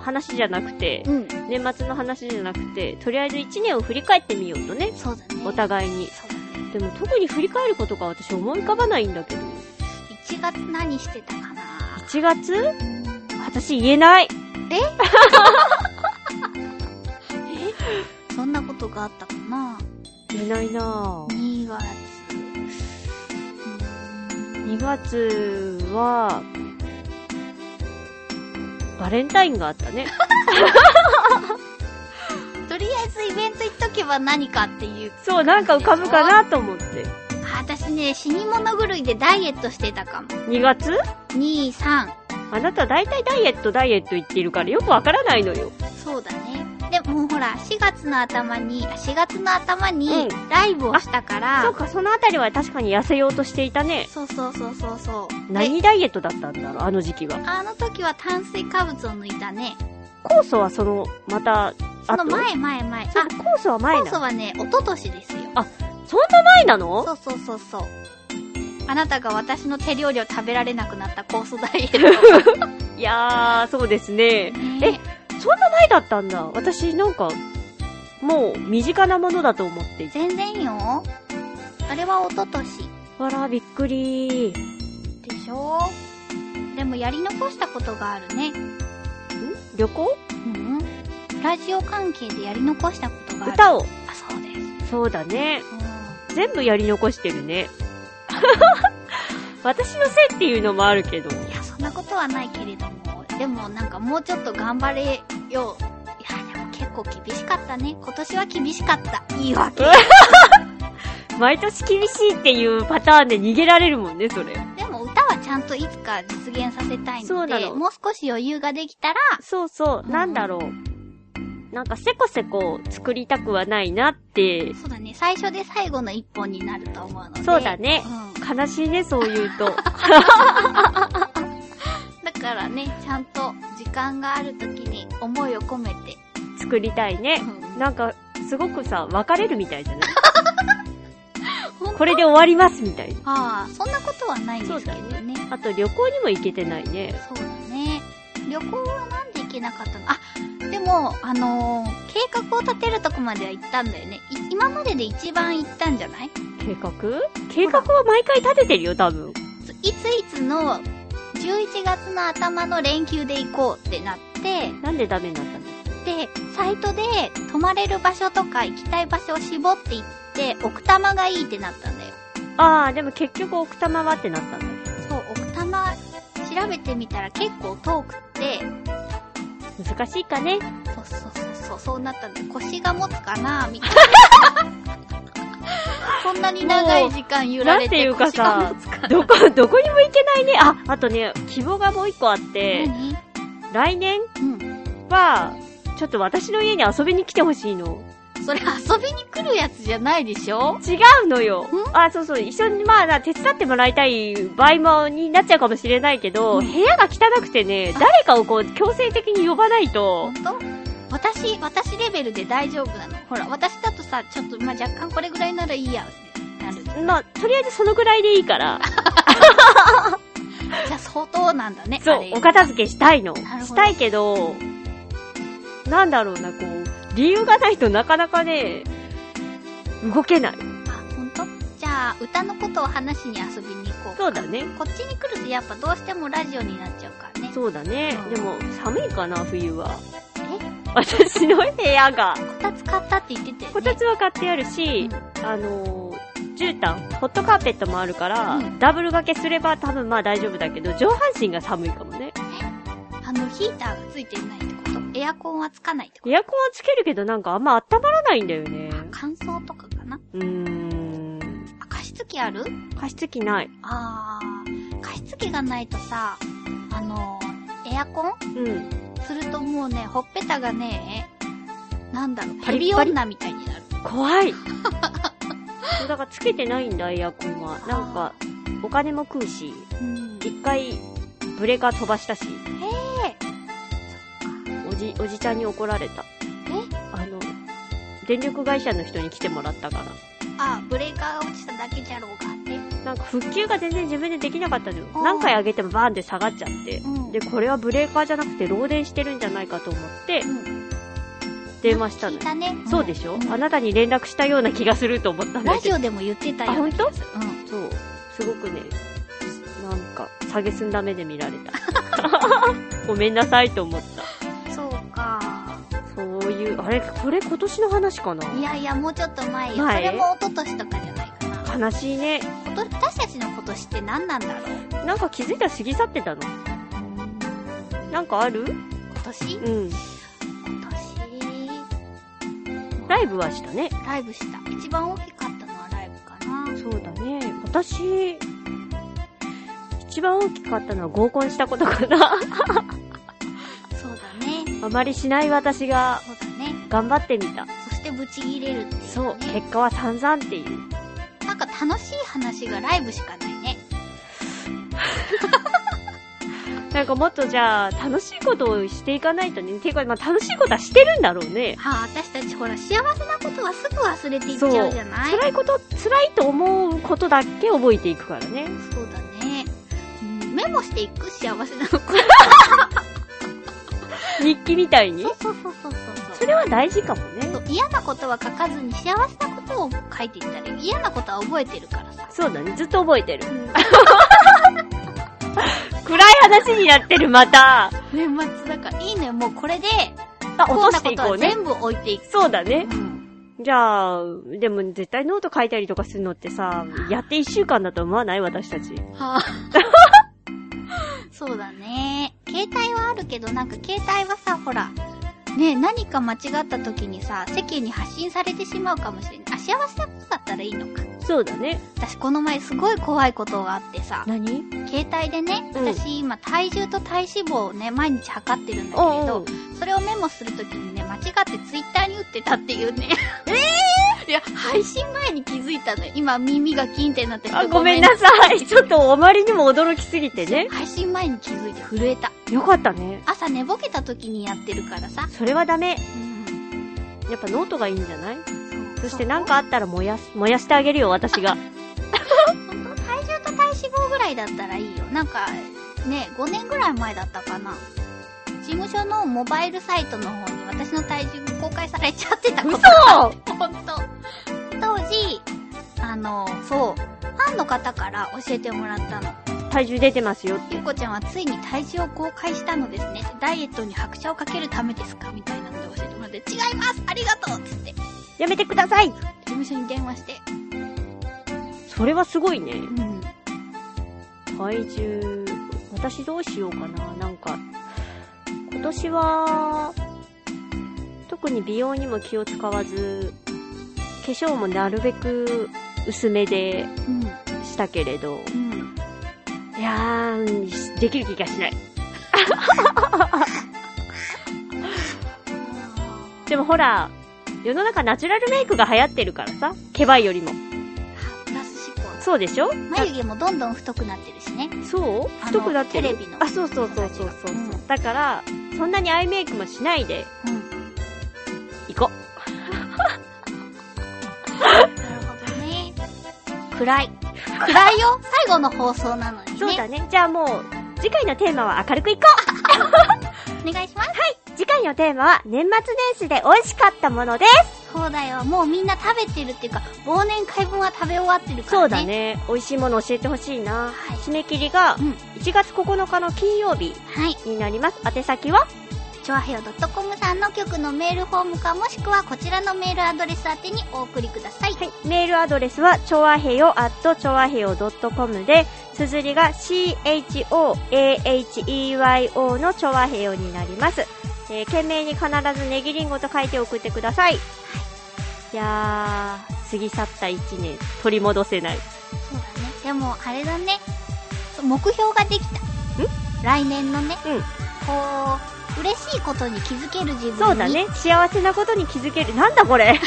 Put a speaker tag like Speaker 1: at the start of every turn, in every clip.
Speaker 1: 話じゃなくて、
Speaker 2: うん。
Speaker 1: 年末の話じゃなくて、とりあえず1年を振り返ってみようとね。
Speaker 2: そうだね。
Speaker 1: お互いに。
Speaker 2: そうだね。
Speaker 1: でも特に振り返ることが私思い浮かばないんだけど。
Speaker 2: 1月何してたかな
Speaker 1: 1月私言えない。
Speaker 2: そんなことがあったかな
Speaker 1: 言えないなぁ。
Speaker 2: ?2 月。
Speaker 1: 2月は、バレンタインがあったね。
Speaker 2: うんとりあえずイベント行っとけば何かっていう。
Speaker 1: そう、なんか浮かぶかなと思って。
Speaker 2: あ私ね、死に物狂いでダイエットしてたかも。
Speaker 1: 2月
Speaker 2: 2、3。
Speaker 1: あなた大体ダイエットダイエット言ってるからよくわからないのよ。
Speaker 2: そうだね。でもほら、4月の頭に、あ4月の頭に
Speaker 1: うん
Speaker 2: ライブをしたから、
Speaker 1: そうか、そのあたりは確かに痩せようとしていたね。
Speaker 2: そうそうそうそうそう。で
Speaker 1: 何ダイエットだったんだろう、あの時期は。
Speaker 2: あの時は炭水化物を抜いたね。
Speaker 1: 酵素はその、また、
Speaker 2: その
Speaker 1: 後
Speaker 2: 前前前。あ
Speaker 1: そう、酵素は前な
Speaker 2: 酵
Speaker 1: の。
Speaker 2: 素はね、一昨年ですよ。
Speaker 1: そんな前なの
Speaker 2: そうそうそうそう。あなたが私の手料理を食べられなくなったコースダ イエット。
Speaker 1: いやー、そうですね。
Speaker 2: ね
Speaker 1: 前だったんだ。私、なんか、もう、身近なものだと思っていて。
Speaker 2: 全然よ。あれは一昨年
Speaker 1: わら、びっくりー。
Speaker 2: でしょでもやり残したことがあるね。
Speaker 1: ん旅行
Speaker 2: うんうん。ラジオ関係でやり残したことがある。
Speaker 1: 歌を。
Speaker 2: あ、そうです。
Speaker 1: そうだね。
Speaker 2: う
Speaker 1: 全部やり残してるね。 私のせいっていうのもあるけど。
Speaker 2: ん。いや、そんなことはないけれども。でもなんかもうちょっと頑張れよう。いや、でも結構厳しかったね。今年は厳しかった。言い訳。
Speaker 1: 毎年厳しいっていうパターンで逃げられるもんね、それ。
Speaker 2: でも歌はちゃんといつか実現させたい
Speaker 1: そ
Speaker 2: の
Speaker 1: うな
Speaker 2: で、
Speaker 1: の
Speaker 2: もう少し余裕ができたら、
Speaker 1: そうそう、
Speaker 2: うん
Speaker 1: なんだろう。なんかせこせこ作りたくはないなって。
Speaker 2: そうだね、最初で最後の一本になると思うので。
Speaker 1: そうだ。ね
Speaker 2: う。ん。
Speaker 1: 悲しいね、そう言う と。
Speaker 2: だからね、ちゃんと時間がある時に思いを込めて。
Speaker 1: 作りたいね。なんか、すごくさ、別れるみたいじゃ ない
Speaker 2: ほんと
Speaker 1: これで終わりますみたいな。
Speaker 2: ああ、そんなことはないんですけどね。
Speaker 1: あと旅行にも行けてないね。
Speaker 2: そうだね。旅行はなんで行けなかったのあ、でも、あのー計画を立てるとこまでは行ったんだよね。い今までで一番行ったんじゃない
Speaker 1: 計画計画は毎回立ててるよ、多分。
Speaker 2: いついつの11月の頭の連休で行こうってなって、
Speaker 1: なんでダメになったんだ
Speaker 2: で、サイトで泊まれる場所とか行きたい場所を絞って行って、奥多摩がいいってなったんだよ。
Speaker 1: あー、でも結局奥多摩はってなったんだね。
Speaker 2: そう、奥多摩調べてみたら結構遠くって、
Speaker 1: 難しいかね。
Speaker 2: そうそうそうそう、そうなったんで腰が持つかな みたいな。こんなに長い時間揺られて
Speaker 1: もうなん
Speaker 2: 腰
Speaker 1: ていう
Speaker 2: が
Speaker 1: かさ
Speaker 2: 持つかな。
Speaker 1: どこ、 どこにも行けないね。あ、あとね、希望がもう一個あって、
Speaker 2: 何
Speaker 1: 来年
Speaker 2: うん。
Speaker 1: は、ちょっと私の家に遊びに来てほしいの。
Speaker 2: それ遊びに来るやつじゃないでしょ
Speaker 1: 違うのよ。あ、そうそう。一緒に、まあな、手伝ってもらいたい場合も、になっちゃうかもしれないけど、
Speaker 2: うん
Speaker 1: 部屋が汚くてね、誰かをこう、強制的に呼ばないと
Speaker 2: 本、当私、私レベルで大丈夫なの。ほら、私だとさ、ちょっと、まあ、若干これぐらいならいいや、なる。
Speaker 1: まあ、とりあえずそのぐらいでいいから、
Speaker 2: じゃあ相当なんだね。
Speaker 1: そ
Speaker 2: あ
Speaker 1: う
Speaker 2: れ、
Speaker 1: お片付けしたいの。
Speaker 2: ほど
Speaker 1: したいけど、なんだろうな、こう、理由がないとなかなかね、動けない。
Speaker 2: あ、本当じゃあ、歌のことを話しに遊びに行こう。
Speaker 1: そうだね。
Speaker 2: こっちに来るとやっぱどうしてもラジオになっちゃうからね。
Speaker 1: そうだね。
Speaker 2: うん
Speaker 1: でも、寒いかな、冬は。私の部屋が。
Speaker 2: こたつ買ったって言ってて、ね。
Speaker 1: こたつは買ってある
Speaker 2: うん
Speaker 1: し、あのー、絨毯、ホットカーペットもあるから、
Speaker 2: うん
Speaker 1: ダブル掛けすれば多分まあ大丈夫だけど、上半身が寒いかもね。
Speaker 2: あの、ヒーターがついていないってこと。エアコンはつかないってこ
Speaker 1: エアコンはつけるけどなんかあんま温まらないんだよね
Speaker 2: と。。乾燥とかかな
Speaker 1: うーん。
Speaker 2: あ、加湿器ある
Speaker 1: 加湿器ない。
Speaker 2: あー、加湿器がないとさ、あのー、エアコン
Speaker 1: うん。
Speaker 2: するともうね、ほっぺたがね、なんだろう、
Speaker 1: パ
Speaker 2: ヘ
Speaker 1: リ
Speaker 2: ビ
Speaker 1: ッパリ
Speaker 2: 女みたいになる。
Speaker 1: 怖い。そうだからつけてないんだ、エアコンは。なんか、お金も食うし、
Speaker 2: うん。
Speaker 1: 一回、ブレーカー飛ばしたし、
Speaker 2: え
Speaker 1: おじ、おじちゃんに怒られた。
Speaker 2: え
Speaker 1: あの、電力会社の人に来てもらったか
Speaker 2: あ、ブレーカーが落ちただけじゃろうかって。
Speaker 1: ら。なんか復旧が全然自分でできなかったのよ。
Speaker 2: あー
Speaker 1: 何回上げてもバーンって下がっちゃって
Speaker 2: う。ん。
Speaker 1: で、これはブレーカーじゃなくて漏電してるんじゃないかと思って
Speaker 2: う、ん、
Speaker 1: 電話したの
Speaker 2: 聞い
Speaker 1: よ。
Speaker 2: たね。ん
Speaker 1: そうでしょ、
Speaker 2: ん
Speaker 1: あなたに連絡したような気がすると思ったんだ
Speaker 2: ラ
Speaker 1: け
Speaker 2: ジ
Speaker 1: ど。
Speaker 2: オでも言ってたよ。
Speaker 1: あ、本当
Speaker 2: うん。
Speaker 1: そう。すごくね、なんか、下げすんだ目で見られた。 ごめんなさいと思った。
Speaker 2: そうか。
Speaker 1: そういう、あれ、これ今年の話かない
Speaker 2: やいや、もうちょっと前よ。そ
Speaker 1: 前
Speaker 2: れも一昨年とかじゃないかな。
Speaker 1: 悲しいね。
Speaker 2: こと私たちの今年って何なんだろう
Speaker 1: なんか気づいたら過ぎ去ってたの。なんかある
Speaker 2: 今年
Speaker 1: うん。
Speaker 2: 今年、
Speaker 1: ライブはしたね。
Speaker 2: ライブした。一番大きかったのはライブかな。
Speaker 1: そうだね。私、一番大きかったのは合コンしたことかな。
Speaker 2: そうだね。
Speaker 1: あまりしない私が
Speaker 2: そうだね。
Speaker 1: 頑張ってみた。
Speaker 2: そしてブチギレるっていう、ね。
Speaker 1: そう。結果は散々っていう。
Speaker 2: なんか楽しい話がライブしかないね。
Speaker 1: なんかもっとじゃあ、楽しいことをしていかないとね。ていうか、まあ楽しいことはしてるんだろうね。
Speaker 2: はあ、私たちほら、幸せなことはすぐ忘れていっちゃうじゃない
Speaker 1: 辛いこと、辛いと思うことだけ覚えていくからね。
Speaker 2: そうだね。うんメモしていく幸せなこと。
Speaker 1: 日記みたいに。
Speaker 2: そうそうそうそう
Speaker 1: それは大事かもね。
Speaker 2: そう。嫌なことは書かずに幸せなことを書いていったら嫌なことは覚えてるからさ。
Speaker 1: そうだね。ずっと覚えてる。
Speaker 2: うん
Speaker 1: 暗い話になってる、また。
Speaker 2: 年末だから、いいね、もうこれで、
Speaker 1: あ、
Speaker 2: こ
Speaker 1: 落
Speaker 2: ん
Speaker 1: と
Speaker 2: な
Speaker 1: して
Speaker 2: こ
Speaker 1: い
Speaker 2: と
Speaker 1: こう
Speaker 2: は
Speaker 1: ね。
Speaker 2: 全部置いていく。
Speaker 1: そうだね。
Speaker 2: うん
Speaker 1: じゃあ、でも絶対ノート書いたりとかするのってさ、やって一週間だと思わない私たち。
Speaker 2: はあ、 そうだね。携帯はあるけど、なんか携帯はさ、ほら、ね、何か間違った時にさ、世間に発信されてしまうかもしれない。あ、幸せなことだったらいいのか。
Speaker 1: そうだね。
Speaker 2: 私この前すごい怖いことがあってさ、
Speaker 1: 何
Speaker 2: 携帯でね、
Speaker 1: うん
Speaker 2: 私今体重と体脂肪をね、毎日測ってるんだけ
Speaker 1: お
Speaker 2: れ
Speaker 1: うお
Speaker 2: ど
Speaker 1: う、。
Speaker 2: それをメモするときにね、間違ってツイッターに打ってたっていうね。え ー、いや、配信前に気づいたのよ。今耳がキンってなって
Speaker 1: あ、ごめんなさい。ちょっとあまりにも驚きすぎてね。
Speaker 2: 配信前に気づいて震えた。
Speaker 1: よかったね。
Speaker 2: 朝寝ぼけた時にやってるからさ。
Speaker 1: それはダメ。
Speaker 2: うん。
Speaker 1: やっぱノートがいいんじゃないそして
Speaker 2: な
Speaker 1: なんかあったら燃やす、燃やしてあげるよ、私が。
Speaker 2: 本当体重と体脂肪ぐらいだったらいいよ。なんか、ね、5年ぐらい前だったかな。事務所のモバイルサイトの方に私の体重が公開されちゃってたことがあって。本当当時、あの、そう、ファンの方から教えてもらったの。
Speaker 1: 体重出てますよ。
Speaker 2: ゆっこちゃんはついに体重を公開したのですね。ダイエットに拍車をかけるためですかみたいなので教えてもらって、違いますありがとうつって、事
Speaker 1: やめてください
Speaker 2: 務所に電話して、
Speaker 1: それはすごいね。
Speaker 2: うん。
Speaker 1: 体重、私どうしようかな。なんか、今年は、特に美容にも気を使わず、化粧もなるべく薄めで
Speaker 2: うん。
Speaker 1: したけれど、
Speaker 2: うん。
Speaker 1: いやー、できる気がしない。でもほら、世の中ナチュラルメイクが流行ってるからさ、ケバいよりも。
Speaker 2: プラス思考。
Speaker 1: そうでしょ
Speaker 2: 眉毛もどんどん太くなってるしね。
Speaker 1: そう
Speaker 2: あの
Speaker 1: 太くなってる
Speaker 2: テレビの
Speaker 1: あ、そうそうそうそうそ
Speaker 2: う
Speaker 1: う、
Speaker 2: ん
Speaker 1: だから、そんなにアイメイクもしないで、
Speaker 2: うん。
Speaker 1: 行こ
Speaker 2: なるほどね。暗い。暗いよ最後の放送なのに
Speaker 1: う。
Speaker 2: ね。
Speaker 1: そうだね。じゃあもう、次回のテーマは明るく行こ
Speaker 2: お願いします。
Speaker 1: う次回のテーマは、年末年始で美味しかったものです、
Speaker 2: そうだよ。もうみんな食べてるっていうか、忘年会分は食べ終わってるからね。
Speaker 1: そうだ。ね。美味しいもの教えてほしいな、
Speaker 2: はい
Speaker 1: 締め切りが
Speaker 2: う、ん。
Speaker 1: 1月9日の金曜日
Speaker 2: はい。
Speaker 1: になります。宛先は
Speaker 2: チョアヘヨ .com さんの局のメールフォームかもしくはこちらのメールアドレス宛てにお送りください。
Speaker 1: はい、メールアドレスは、ちょわへよ at ちょわへよ .com で、綴りが CHOAHEYO のちょわへよになります。えー、懸命に必ずネギリンゴと書いて送ってください。い、やー、過ぎ去った一年、取り戻せない。
Speaker 2: そうだね。でも、あれだね。そう目標ができた。来年のね、
Speaker 1: うん
Speaker 2: こう、嬉しいことに気づける自分に。
Speaker 1: そうだ。ね、幸せなことに気づける。なんだこれ
Speaker 2: え、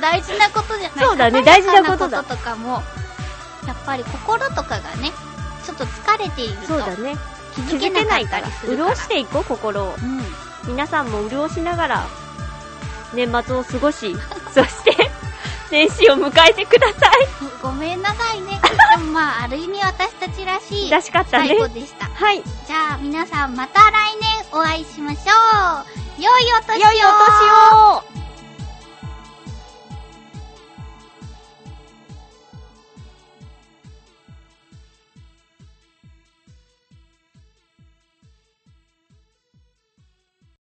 Speaker 2: 大事なことじゃない
Speaker 1: そうだね
Speaker 2: ささやか
Speaker 1: 大事なことだ
Speaker 2: とかも、やっぱり心とかがね、ちょっと疲れている
Speaker 1: そう
Speaker 2: と
Speaker 1: だね
Speaker 2: 気
Speaker 1: 気
Speaker 2: づけ
Speaker 1: づけ
Speaker 2: なか
Speaker 1: な
Speaker 2: っ
Speaker 1: い
Speaker 2: た
Speaker 1: か
Speaker 2: り
Speaker 1: ら
Speaker 2: するから。
Speaker 1: 潤していこう心を
Speaker 2: うん。
Speaker 1: 皆さんも潤しながら年末を過ごしそして年始を迎えてください
Speaker 2: ごめんなさいね。でもまあ、ある意味私たちらしい
Speaker 1: らしかったね
Speaker 2: 最後でした。
Speaker 1: は
Speaker 2: じ
Speaker 1: い
Speaker 2: ゃあ皆さんまた来年お会いしましょう。良いお年を
Speaker 1: 良いお年を